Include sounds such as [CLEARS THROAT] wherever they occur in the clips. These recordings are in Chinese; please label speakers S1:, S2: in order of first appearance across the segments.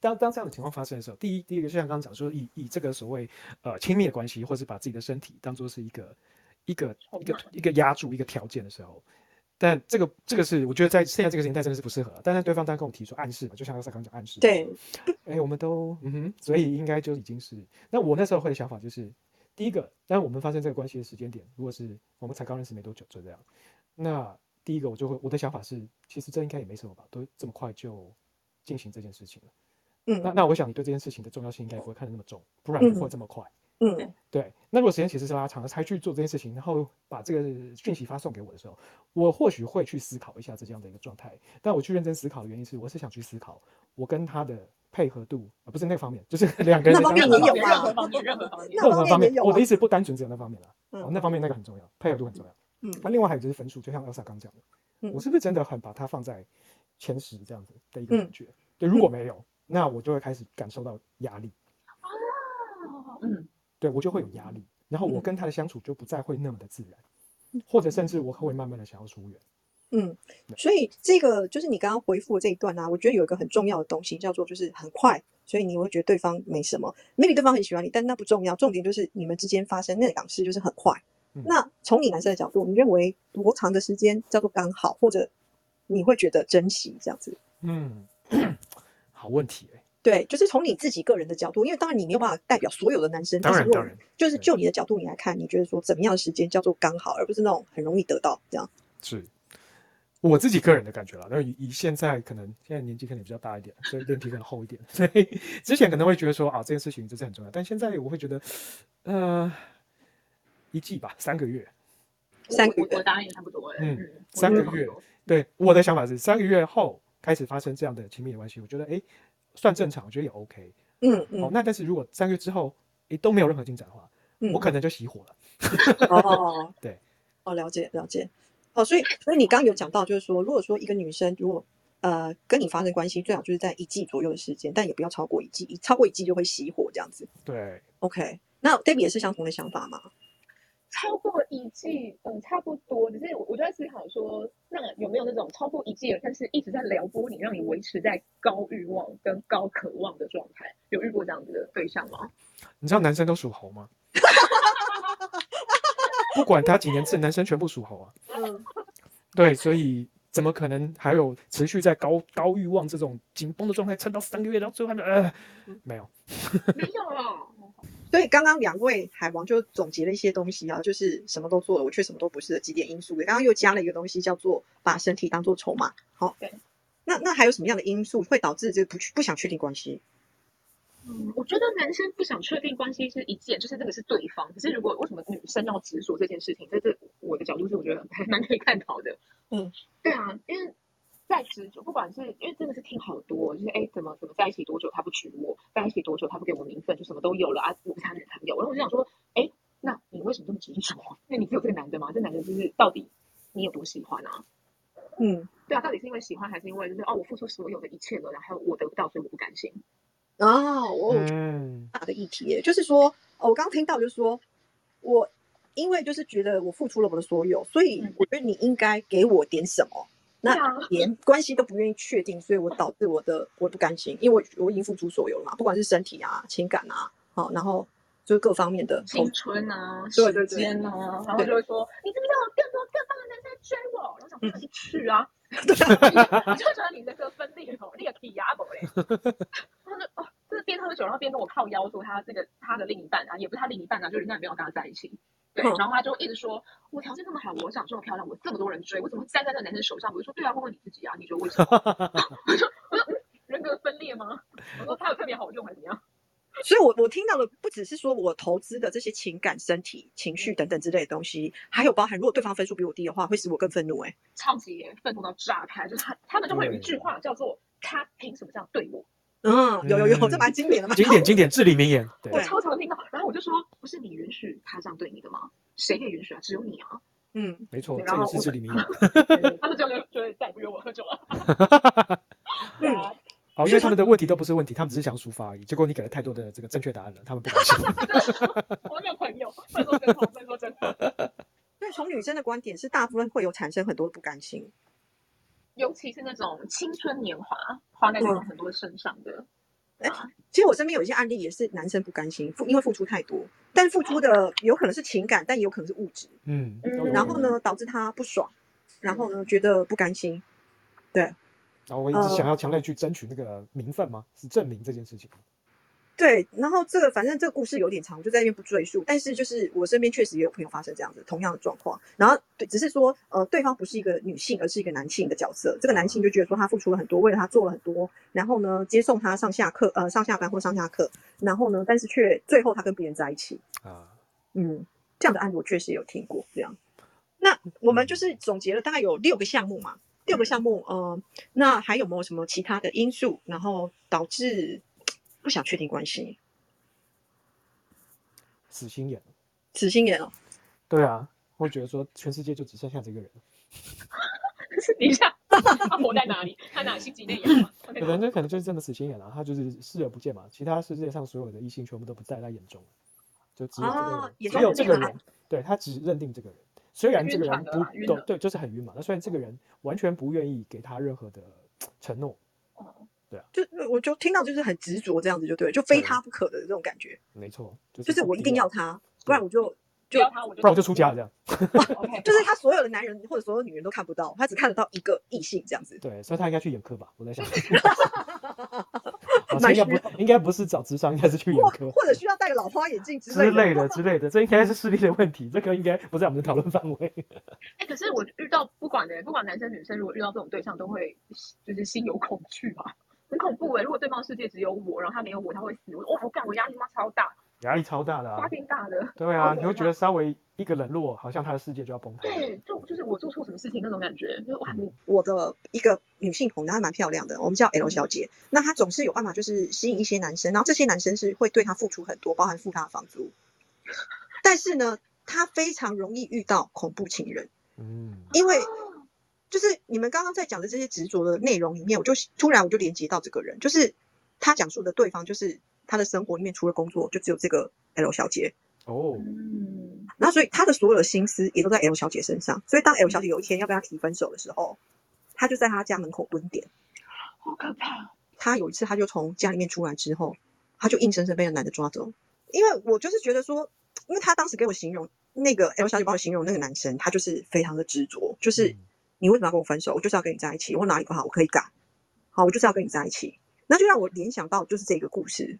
S1: 当当这样的情况发生的时候，第一，第一个就像刚刚讲说，以以这个所谓呃亲密的关系，或是把自己的身体当做是一个一个一个一个压住一个条件的时候，但这个这个是我觉得在现在这个年代真的是不适合。啊但是对方当然跟我提出暗示嘛，就像刚刚讲暗示，，
S2: 对，
S1: 哎，我们都嗯哼，所以应该就已经是。那我那时候会的想法就是，第一个，当然我们发生这个关系的时间点，如果是我们才刚认识没多久，就这样。那第一个，我就会我的想法是，其实这应该也没什么吧，都这么快就进行这件事情了。那
S2: 嗯
S1: 那我想你对这件事情的重要性应该不会看得那么重，不然不会这么快。
S2: 嗯
S1: 对，那如果时间其实是拉长了才去做这件事情，然后把这个讯息发送给我的时候，我或许会去思考一下这样的一个状态。但我去认真思考的原因是，我是想去思考我跟他的配合度，呃、不是那方面，就是 [LAUGHS] 两个人的
S2: 那方
S1: 相
S2: 面
S1: 处
S2: 也
S1: 方
S2: 有
S1: 面
S2: 吧
S3: 任何方面，任何方面，
S1: 任
S2: 那
S1: 何
S2: 方
S1: 方
S2: 面
S1: 面
S2: 也，有
S1: 我的
S2: 啊
S1: 意思不单纯只有那方面了、哦，那
S2: 嗯
S1: 方面那个很重要，配合度很重要。那
S2: 嗯，
S1: 另外还有就是分数，就像 Elsa 刚讲的，
S2: 嗯
S1: 我是不是真的很把它放在前十这样子的一个
S2: 嗯
S1: 感觉？对，如果没有，那我就会开始感受到压力，
S3: 嗯，
S1: 对我就会有压力，然后我跟他的相处就不再会那么的自然，或者甚至我会慢慢的想要疏远。
S2: 嗯，所以这个就是你刚刚回复的这一段啊，我觉得有一个很重要的东西叫做就是很快，所以你会觉得对方没什么，maybe 对方很喜欢你，但那不重要，重点就是你们之间发生那档事就是很快。
S1: 嗯
S2: 那从你男生的角度，你认为多长的时间叫做刚好，或者你会觉得珍惜这样子？
S1: 嗯， [CLEARS THROAT] 好问题哎、
S2: 对，就是从你自己个人的角度，因为当然你没有办法代表所有的男生，但是如果，就是
S1: 对
S2: 就你的角度你来看，你觉得说怎么样的时间叫做刚好，而不是那种很容易得到这样？
S1: 是我自己个人的感觉啦。那以以现在可能现在年纪可能比较大一点，所以脸皮可能厚一点，所 [LAUGHS] 以之前可能会觉得说啊这件事情真是很重要，但现在我会觉得，呃，一季吧，三个月。
S2: 三个月
S3: 我我答应差不多了，
S1: 嗯
S3: 嗯，
S1: 三个
S3: 我觉得
S1: 月
S3: 差不多
S1: 对我的想法是，三个月后开始发生这样的亲密的关系，我觉得哎算正常，我觉得也 OK。
S2: 嗯
S1: 哦
S2: 嗯，
S1: 那但是如果三个月之后哎都没有任何进展的话，
S2: 嗯，
S1: 我可能就熄火了。
S2: 哦，
S1: [LAUGHS] 对，
S2: 哦，了解了解。哦，所以所以你刚刚有讲到，就是说，如果说一个女生如果呃跟你发生关系，最好就是在一季左右的时间，但也不要超过一季，一超过一季就会熄火这样子。
S1: 对，
S2: OK，那 Debbie 也是相同的想法吗？
S3: 超过一季，嗯，差不多。只是我我就在思考说，那有没有那种超过一季了，但是一直在撩拨你，让你维持在高欲望跟高渴望的状态？有遇过这样子的对象吗？
S1: 你知道男生都属猴吗？不管他几年次，男生全部属猴啊。
S2: 嗯，
S1: 对，所以怎么可能还有持续在高高欲望这种紧绷的状态撑到三个月，然后最后还没有呃没有？
S3: 没有啊，
S2: 所以刚刚两位海王就总结了一些东西啊，就是什么都做了，我却什么都不是的几点因素。刚刚又加了一个东西，叫做把身体当做筹码。好、
S3: 对
S2: 那那还有什么样的因素会导致这不去不想确定关系？
S3: 嗯，我觉得男生不想确定关系是一件，就是这个是对方。可是如果为什么女生要执着这件事情，在这我的角度是我觉得还蛮可以探讨的。
S2: 嗯，
S3: 对啊，因为在执着，不管是因为真的是听好多，就是哎怎么怎么在一起多久他不娶我，在一起多久他不给我名分，就什么都有了啊，我是他女朋友。然后我就想说，哎，那你为什么这么执着？那你只有这个男的吗？这男的就是到底你有多喜欢啊？
S2: 嗯
S3: 对啊，到底是因为喜欢还是因为就是哦我付出所有的一切了，然后我得不到，所以我不甘心。
S2: 哦，我
S1: 嗯，
S2: 大的议题耶，就是说，呃我刚听到就是说我因为就是觉得我付出了我的所有，所以
S3: 嗯
S2: 我觉得你应该给我点什么，
S3: 对
S2: 那
S3: 啊
S2: 连关系都不愿意确定，所以我导致我的我不甘心，因为我我已经付出所有了嘛，不管是身体啊、情感啊，好、然后就是各方面的，
S3: 青春啊，
S2: 对
S3: 时
S2: 对对
S3: 间啊，然后
S2: 对
S3: 就会说，你知不知道有更多更棒的男生在追我？然后想
S2: 嗯
S3: 说你去
S2: [LAUGHS]
S3: 啊，你就会觉啊得你人格分裂哦，你个屁呀不嘞。他说哦，这边喝酒，然后边跟我靠腰说他这个他的另一半啊，也不是他另一半啊，就是人家也没有跟他在一起。对，
S2: 嗯
S3: 然后他就一直说，我条件这么好，我长这么漂亮，我这么多人追，我怎么会站在那个男生手上？我就说，对啊，问问你自己啊，你觉得为什
S2: [LAUGHS]
S3: 么？我说，我说、嗯、人格分裂吗？我说他有特别好用还是怎么样？
S2: 所以我我听到的不只是说我投资的这些情感、身体、情绪等等之类的东西，还有包含如果对方分数比我低的话，会使我更愤怒、欸，
S3: 超级愤怒到炸开，就是他他们就会有一
S1: 对
S3: 句话叫做“他凭什么这样对我
S2: 嗯，有有有，
S1: 嗯
S2: 这蛮经典的嘛，
S1: 经典经典至理名言。”，对
S3: 我，超常听到。然后我就说：“不是你允许他这样对你的吗？谁可以允许啊？只有你
S1: [LAUGHS]
S3: 啊
S2: [LAUGHS] 嗯，
S1: 没错，
S3: 对
S1: 这
S3: 然
S1: 个
S3: 后
S1: 是
S3: 我
S1: 至理名言。！”
S3: 他们就会就会再也不约我喝酒了。
S1: [LAUGHS]
S3: 对啊，
S1: 哦，因为他们的问题都不是问题，他们只是想抒发而已。结果你给了太多的这个正确答案了，他们不高兴。
S3: 我没有朋友，不能说真话，不能说真话。
S2: 对，从女生的观点是，大部分会有产生很多的不甘心。
S3: 尤其是那种青春年华花在女生很多身上的，
S2: 哎，其实我身边有一些案例也是男生不甘心付，因为付出太多，但付出的有可能是情感，但也有可能是物质，
S1: 嗯，
S3: 嗯
S1: 都有
S2: 然后
S1: 可能？
S2: 呢导致他不爽，然后呢觉得不甘心，
S1: 然后我一
S2: 呃
S1: 直想要强烈去争取那个名分吗？是证明这件事情吗。
S2: 对，然后这个反正这个故事有点长，我就在那边不赘述。但是就是我身边确实也有朋友发生这样子同样的状况，然后对，只是说呃对方不是一个女性，而是一个男性的角色。这个男性就觉得说他付出了很多，为了他做了很多，然后呢接送他上下课呃上下班或上下课，然后呢但是却最后他跟别人在一起，
S1: 啊，
S2: 嗯，这样的案子我确实有听过这样。那我们就是总结了大概有六个项目嘛，六个项目，呃，那还有没有什么其他的因素，然后导致不想确定关系？
S1: 死心眼。
S2: 死心眼哦，
S1: 对啊，会觉得说全世界就只剩下这个人了。
S3: 等一下，他活在哪里？他哪心急内养
S1: [LAUGHS]
S3: 嘛？他在
S1: 有
S3: 哪
S1: 的人就可能就是真的死心眼了、他就是视而不见嘛，其他世界上所有的异性全部都不在他眼中，就只有这个人，
S2: 哦也
S1: 只
S2: 算
S1: 有
S2: 是
S1: 这
S2: 另
S1: 个
S2: 外
S1: 人，对他只认定这个人。虽然这
S3: 晕
S1: 个人
S3: 船的啦
S1: 不
S3: 晕
S1: 懂
S3: 的，
S1: 对，就是很晕嘛。那虽然这个人完全不愿意给他任何的承诺，
S3: 哦
S2: 就我就听到就是很执着这样子就对了，就非他不可的这种感觉，
S1: 没错，就是
S2: 就是我一定
S1: 要，
S2: 要他，不然我就
S3: 不要他，我就
S1: 不然我就出家了这样。
S3: OK，
S2: 就是他所有的男人或者所有女人都看不到，他只看得到一个异性这样子。
S1: 对，所以他应该去眼科吧？我在
S2: [LAUGHS]
S1: 想，好
S2: 蛮
S1: 像应
S2: 需
S1: 该不应该不是找智商，应该是去眼
S2: 或
S1: 科
S2: 或者需要戴个老花眼镜嗯之
S1: 之
S2: 类
S1: 类的之类的。这应该是视力的问题，这个应该不在我们的讨论范围。
S3: 哎、可是我遇到不管的，不管男生女生，如果遇到这种对象，都会就是心有恐惧嘛，很恐怖哎、如果对方世界只有我，然后他没有我，他会死。我哦，我干，我压力妈超大，
S1: 压力超大的
S3: 发
S1: 啊！
S3: 天大的。
S1: 对啊，
S3: 我
S1: 你会觉
S3: 我
S1: 得稍微一个冷落，好像他的世界就要崩塌。
S3: 对，就就是我做错什么事情那种感觉，就是哇，你
S2: 我的一个女性朋友，她蛮漂亮的，我们叫 L 小姐。那她总是有办法，就是吸引一些男生，然后这些男生是会对她付出很多，包含付她的房租。但是呢，她非常容易遇到恐怖情人，
S1: 嗯，
S2: 因为就是你们刚刚在讲的这些执着的内容里面，我就突然我就连接到这个人，就是他讲述的对方，就是他的生活里面除了工作，就只有这个 L 小姐。
S1: 哦，
S3: 嗯，
S2: 然后所以他的所有的心思也都在 L 小姐身上。所以当 L 小姐有一天要跟他提分手的时候，他就在他家门口蹲点。
S3: 好可怕。
S2: 他有一次他就从家里面出来之后，他就硬生生被那男的抓走。因为我就是觉得说，因为他当时给我形容那个 L 小姐帮我形容那个男生，他就是非常的执着，就是
S1: 嗯
S2: 你为什么要跟我分手？我就是要跟你在一起，我哪里不好，我可以改，好，我就是要跟你在一起。那就让我联想到就是这个故事。
S1: 嗯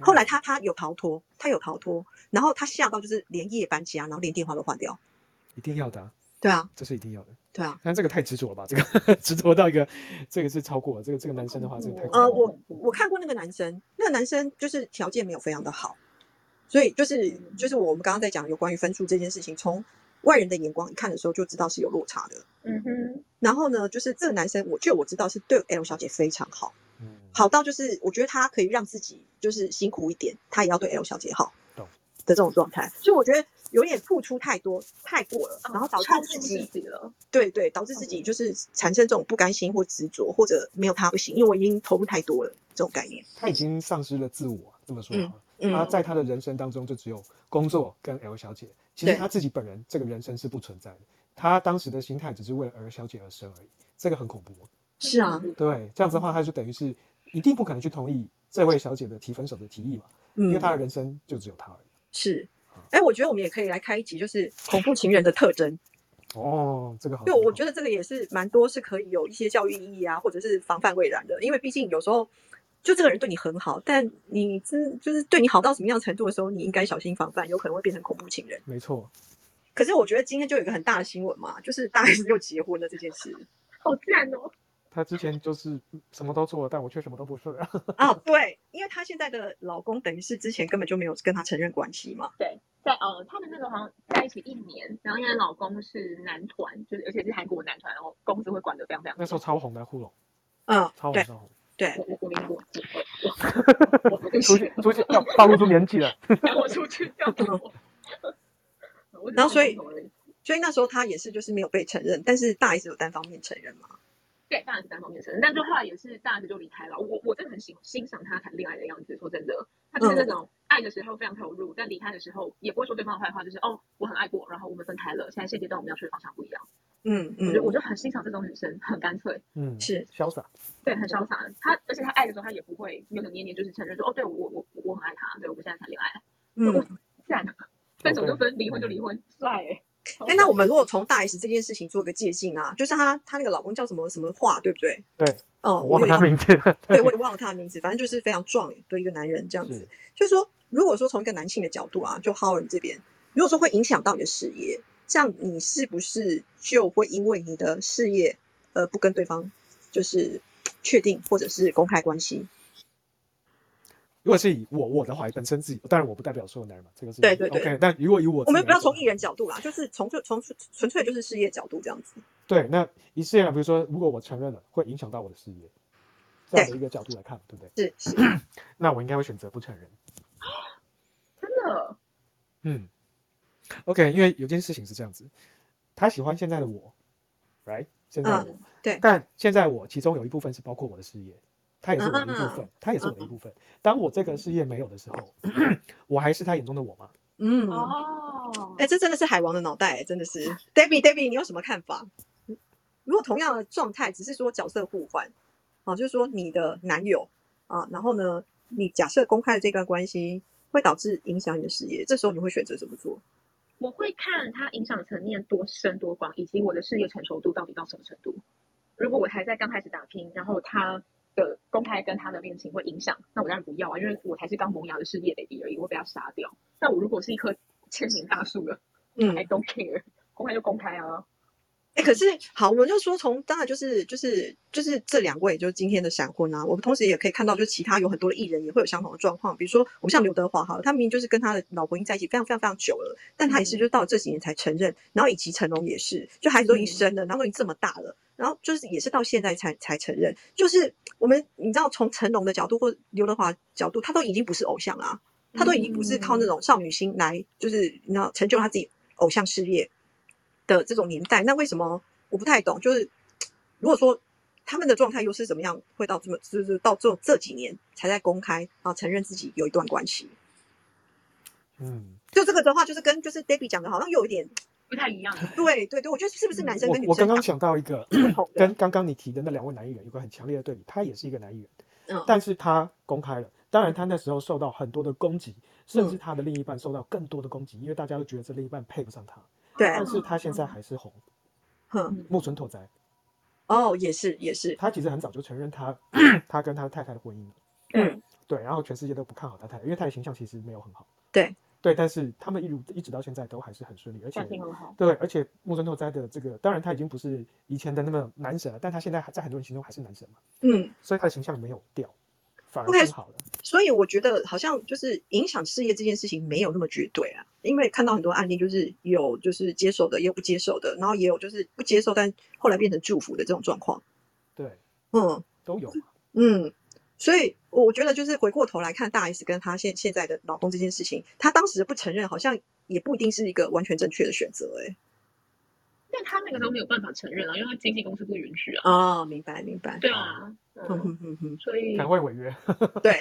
S2: 后来他他有逃脱，他有逃脱，然后他吓到就是连夜搬家，然后连电话都换掉。
S1: 一定要的啊，
S2: 对啊，
S1: 这是一定要的。
S2: 对啊。
S1: 但这个太执着了吧？这个执着到一个，这个是超过了。这个这个男生的话，这个太
S3: 恐
S1: 过
S3: 怖
S1: 分
S3: 哦
S2: 呃，
S1: 了
S2: 我我看过那个男生，那个男生就是条件没有非常的好，所以就是就是我们刚刚在讲有关于分数这件事情，从外人的眼光一看的时候就知道是有落差的。
S3: 嗯哼，
S2: 然后呢，就是这个男生，我就我知道是对 L 小姐非常好，
S1: 嗯，
S2: 好到就是我觉得他可以让自己就是辛苦一点，他也要对 L 小姐好
S1: 懂
S2: 的这种状态，所以我觉得有点付出太多太过
S3: 哦
S2: 了，然后导致
S3: 超
S2: 自
S3: 自
S2: 己
S3: 己了。
S2: 对对，导致自己就是产生这种不甘心或执着，或者没有他不行，因为我已经投入太多了这种概念。
S1: 他已经丧失了自我，啊这么说好了。
S2: 嗯
S1: 他在他的人生当中就只有工作跟 L 小姐，其实
S2: 对
S1: 他自己本人这个人生是不存在的。他当时的心态只是为了 L 小姐而生而已，这个很恐怖哦。
S2: 是啊，
S1: 对，这样子的话，他就等于是一定不可能去同意这位小姐的提分手的提议嘛，因为
S2: 嗯，
S1: 他的嗯人生就只有他而已。
S2: 是。哎，我觉得我们也可以来开一集，就是恐怖情人的特征。
S1: 哦，这个好。
S2: 对，我觉
S1: 得
S2: 得这个也是蛮多是可以有一些教育意义啊，或者是防范未然的。因为毕竟有时候，就这个人对你很好，但你真就是对你好到什么样程度的时候，你应该小心防范，有可能会变成恐怖情人。
S1: 没错。
S2: 可是我觉得今天就有一个很大的新闻嘛，就是大 [LAUGHS] S 又结婚了这件事
S3: 好赞哦！
S1: 他之前就是什么都做了，但 [LAUGHS] 我却什么都不是。
S2: 啊。对，因为她现在的老公等于是之前根本就没有跟她承认关系嘛。
S3: 在呃，他们那个好像在一起一年，然后因为老公是男团，就是而且是韩国男团，然后公司会管得非常非常
S1: 那时候超红的护龙，
S2: 嗯，
S1: 超红
S2: 对
S1: 超红，
S2: 对
S3: 我我我没过，我我我
S1: 出去出去要暴露出年纪了。
S3: 赶我出去，赶我。 [LAUGHS] 我只是
S2: 然后所以
S3: 单纯而已
S2: 所以那时候她也是就是没有被承认，但是大 S 有单方面承认嘛。
S3: 对，当然是单方面承认，但就后来也是大 S 就离开了。我我真的很喜欣赏他谈恋爱的样子，说真的，他就是那
S2: 嗯
S3: 种爱的时候非常投入，但离开的时候也不会说对方的坏话，就是哦我很爱过，然后我们分开了，现在现阶段我们要去的方向不一样。
S2: 嗯
S3: 我就
S2: 嗯，
S3: 我就很欣赏这种女生，很干脆，
S1: 嗯，
S2: 是
S1: 潇洒，
S3: 对，很潇洒。她而且她爱的时候，她也不会扭扭捏捏，就是承认说哦，对我我我很爱他，对我们现在谈恋爱，
S2: 嗯。
S3: 赞，分手就分，离婚就
S1: 嗯
S3: 离婚，帅欸。
S2: 哦哎，那我们如果从大 S 这件事情做个借鉴啊，就是她她那个老公叫什么什么话，对不对？
S1: 对，
S2: 哦，
S1: 我
S2: 我
S1: 忘了
S2: 有
S1: 他名字了。 [LAUGHS]
S2: 对，我也忘了他的名字，反正就是非常壮的一个男人这样子。
S1: 是，
S2: 就是说，如果说从一个男性的角度啊，就 Howard 这边，如果说会影响到你的事业，这样你是不是就会因为你的事业，呃，不跟对方就是确定或者是公开关系？
S1: 如果是以我我的话，本身自己，当然我不代表所有男人嘛，这个是
S2: 对对对
S1: OK。但如果以我自己来讲，
S2: 我们不要从艺人角度啦，就是从就从纯粹就是事业角度这样子。
S1: 对，那一事业来，比如说，如果我承认了，会影响到我的事业，这样的一个角度来看，对不对？
S2: 是是，
S1: 那我应该会选择不承认。
S3: 真的，
S1: 嗯，OK，因为有件事情是这样子，他喜欢现在的我，right？现
S2: 嗯
S1: 在的我，
S2: 对
S1: 但现在我其中有一部分是包括我的事业，他也是我的一部
S2: 嗯
S1: 分，他也是我的一部分。当我这个事业没有的时候， [CLEARS THROAT] 我还是他眼中的我吗？
S2: 嗯，
S3: 哦，
S2: 哎、这真的是海王的脑袋，真的是 Debbie Debbie，你有什么看法？嗯如果同样的状态，只是说角色互换，啊，就是说你的男友啊，然后呢，你假设公开的这段关系会导致影响你的事业，这时候你会选择怎么做？
S3: 我会看它影响层面多深多广，以及我的事业成熟度到底到什么程度。如果我还在刚开始打拼，然后他的公开跟他的恋情会影响，那我当然不要啊，因为我才是刚萌芽的事业 baby 而已，我会被他杀掉。但我如果是一棵千年大树了
S2: 嗯，
S3: ，I don't care，公 [LAUGHS] 开就公开啊。
S2: 哎、可是好，我们就说从当然就是就是就是这两位，就是今天的闪婚啊，我们同时也可以看到，就是其他有很多的艺人也会有相同的状况，比如说我们像刘德华哈，他明明就是跟他的老婆已经在一起非常非常非常久了，但他也是
S3: 嗯
S2: 就是到了这几年才承认，然后以及成龙也是，就孩子都已
S3: 嗯
S2: 经生了，然后都已经这么大了。然后就是也是到现在才才承认，就是我们你知道从成龙的角度或刘德华角度，他都已经不是偶像啊啦、他都已经不是靠那
S1: 嗯
S2: 种少女心来，就是你知道成就他自己偶像事业的这种年代。那为什么我不太懂？就是如果说他们的状态又是怎么样，会到这么就是到这这几年才在公开啊承认自己有一段关系？
S1: 嗯，
S2: 就这个的话，就是跟就是 Debbie 讲的，好像有一点
S3: 嗯不太一样。
S2: 对对对，我觉得是不是男生
S1: 嗯我
S2: 跟女
S1: 我刚
S2: 生
S1: 刚想到一个，
S2: [CLEARS THROAT] 不同的？
S1: 跟刚刚你提的那两位男艺人有个很强烈的对比，他也是一个男艺人，
S2: 嗯
S1: 但是他公开了，当然他那时候受到很多的攻击，甚至
S2: 嗯
S1: 他的另一半受到更多的攻击，因为大家都觉得这另一半配不上他，
S2: [LAUGHS] 对
S1: 但是他现在还是红，
S2: 哼，
S3: 嗯
S1: 木村拓哉，
S2: 哦，也是也是，
S1: 他其实很早就承认他 [CLEARS THROAT] 他跟他太太的婚姻了，
S2: 嗯，
S1: 对，然后全世界都不看好他太太，因为他的形象其实没有很好，
S2: 对
S1: 对，但是他们一如一直到现在都还是很顺利，而且
S3: 相信很好。
S1: 对，而且木村拓哉的这个，当然他已经不是以前的那么男神了，但他现在还在很多人心中还是男神嘛，
S2: 嗯，
S1: 所以他的形象没有掉，反而
S2: OK
S1: 更好了。
S2: 所以我觉得好像就是影响事业这件事情没有那么绝对啊，因为看到很多案例，就是有就是接受的，也有不接受的，然后也有就是不接受，但后来变成祝福的这种状况。
S1: 对，
S2: 嗯
S1: 都有嘛。
S2: 嗯，所以我觉得就是回过头来看大 S 跟她现现在的老公这件事情，她当时不承认，好像也不一定是一个完全正确的选择、欸。
S3: 但他那个时候没有办法承认啊，因为他经纪公司不允许啊。
S2: 哎，哦，明白明白。
S3: 对啊，
S2: 嗯
S3: 嗯，
S2: 哼哼哼，
S3: 所以
S1: 可能会违约。
S2: 对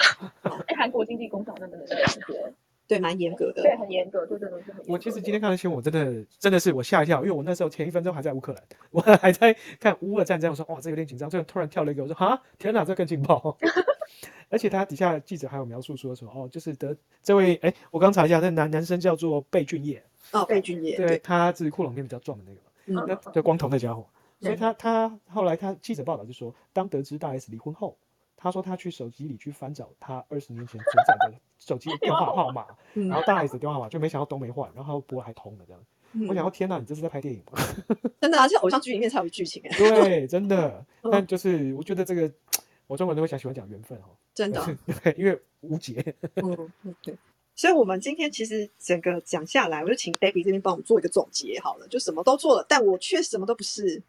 S3: 哎，韩国经纪公司好像真的是这样子，
S2: 对，蛮严格的。
S3: 对，很严格，就真的是很严格。
S1: 我其实今天看到新闻，我真的真的是我吓一跳，因为我那时候前一分钟还在乌克兰，我还在看乌俄战争，我说哇这有点紧张，这突然跳了一个，我说哈天哪，这更劲爆。 [LAUGHS] 而且他底下记者还有描述说什么哦，就是得这位哎，我刚查一下，那男男生叫做贝俊业，
S2: 哦，贝俊也
S1: 对，他是库龙里面比较壮的那个嘛，
S2: 嗯
S1: 那对光头那家伙。所以
S2: 对
S1: 他他后来他记者报道就说，当得知大 S 离婚后，他说他去手机里去翻找他二十年前存在的手机电话号码，
S2: 嗯
S1: 然后大 S 的电话号码就没想到都没换，然后拨还通了这样。
S2: 嗯
S1: 我想，要天哪，你这是在拍电影吗？ [LAUGHS]
S2: 真的啊，这偶像剧里面才有剧情、欸，
S1: 对，真的。[LAUGHS]
S2: 嗯
S1: 但就是我觉得这个，我中国人都会想喜欢讲缘分哦， [LAUGHS]
S2: 真的。
S1: 对，因为无解。
S2: 嗯，嗯，对。所以，我们今天其实整个讲下来，我就请 Debbie 这边帮我们做一个总结好了。就什么都做了，但我却什么都不是。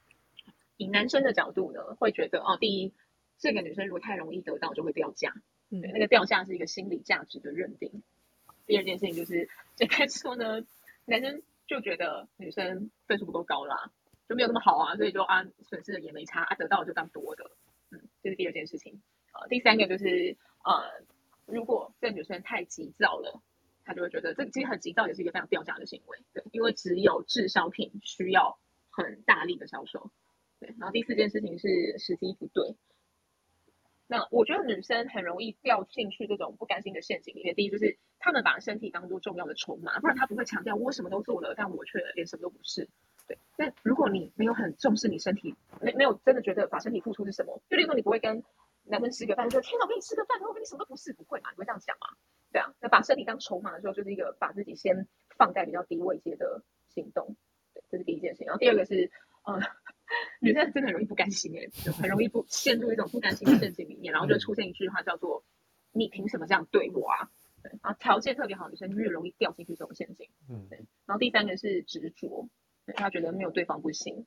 S3: 以男生的角度呢，会觉得哦，第一，这个女生如果太容易得到，就会掉价。
S2: 嗯
S3: 对，那个掉价是一个心理价值的认定。第二件事情就是，简单说呢，男生就觉得女生分数不够高啦，就没有那么好啊，所以就啊损失的也没差，啊得到的就当多的。嗯，这是第二件事情。呃，第三个就是呃，如果这女生太急躁了。他就会觉得这其实很急躁也是一个非常掉价的行为，对，因为只有滞销品需要很大力的销售。对，然后第四件事情是时机不对。那我觉得女生很容易掉进去这种不甘心的陷阱里面。第一就是她们把身体当做重要的筹码，不然她不会强调我什么都做了，但我却连什么都不是。对，那如果你没有很重视你身体，没没有真的觉得把身体付出是什么，就例如说你不会跟男生吃个饭说天哪，我跟你吃个饭，我跟你什么都不是，不会嘛？你会这样想吗？对啊，那把身体当筹码的时候，就是一个把自己先放在比较低位阶的行动。对，这是第一件事情。然后第二个是，呃，女生真的很容易不甘心哎、就很容易不陷入一种不甘心的陷阱里面，然后就出现一句话叫做“你凭什么这样对我啊？”对，然后条件特别好的女生越容易掉进去这种陷阱。
S1: 嗯，
S3: 然后第三个是执着，对她觉得没有对方不行。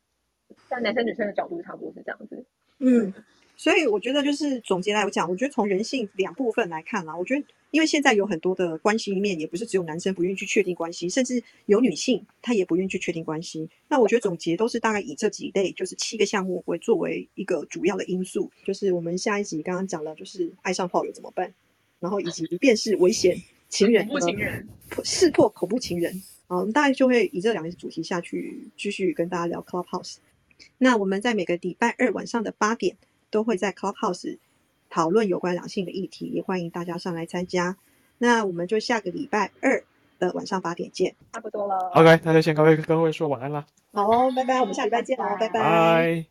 S3: 但男生女生的角度差不多是这样子。
S2: 嗯，所以我觉得就是总结来讲，我觉得从人性两部分来看啦，我觉得因为现在有很多的关系里面，也不是只有男生不愿意去确定关系，甚至有女性她也不愿意去确定关系。那我觉得总结都是大概以这几类，就是七个项目为作为一个主要的因素，就是我们下一集刚刚讲的，就是爱上炮友怎么办，然后以及辨识危险情人
S3: 恐怖
S2: 的
S3: 情人，
S2: 破识破恐怖情人啊，我们大概就会以这两个主题下去继续跟大家聊 Clubhouse。那我们在每个礼拜二晚上的八点都会在 Clubhouse 讨论有关两性的议题，也欢迎大家上来参加。那我们就下个礼拜二的晚上八点见。
S3: 差不多了。
S1: ，OK，那就先跟各位各位说晚安啦，
S2: 好哦，拜拜，我们下礼拜见哦，拜拜。
S1: 拜。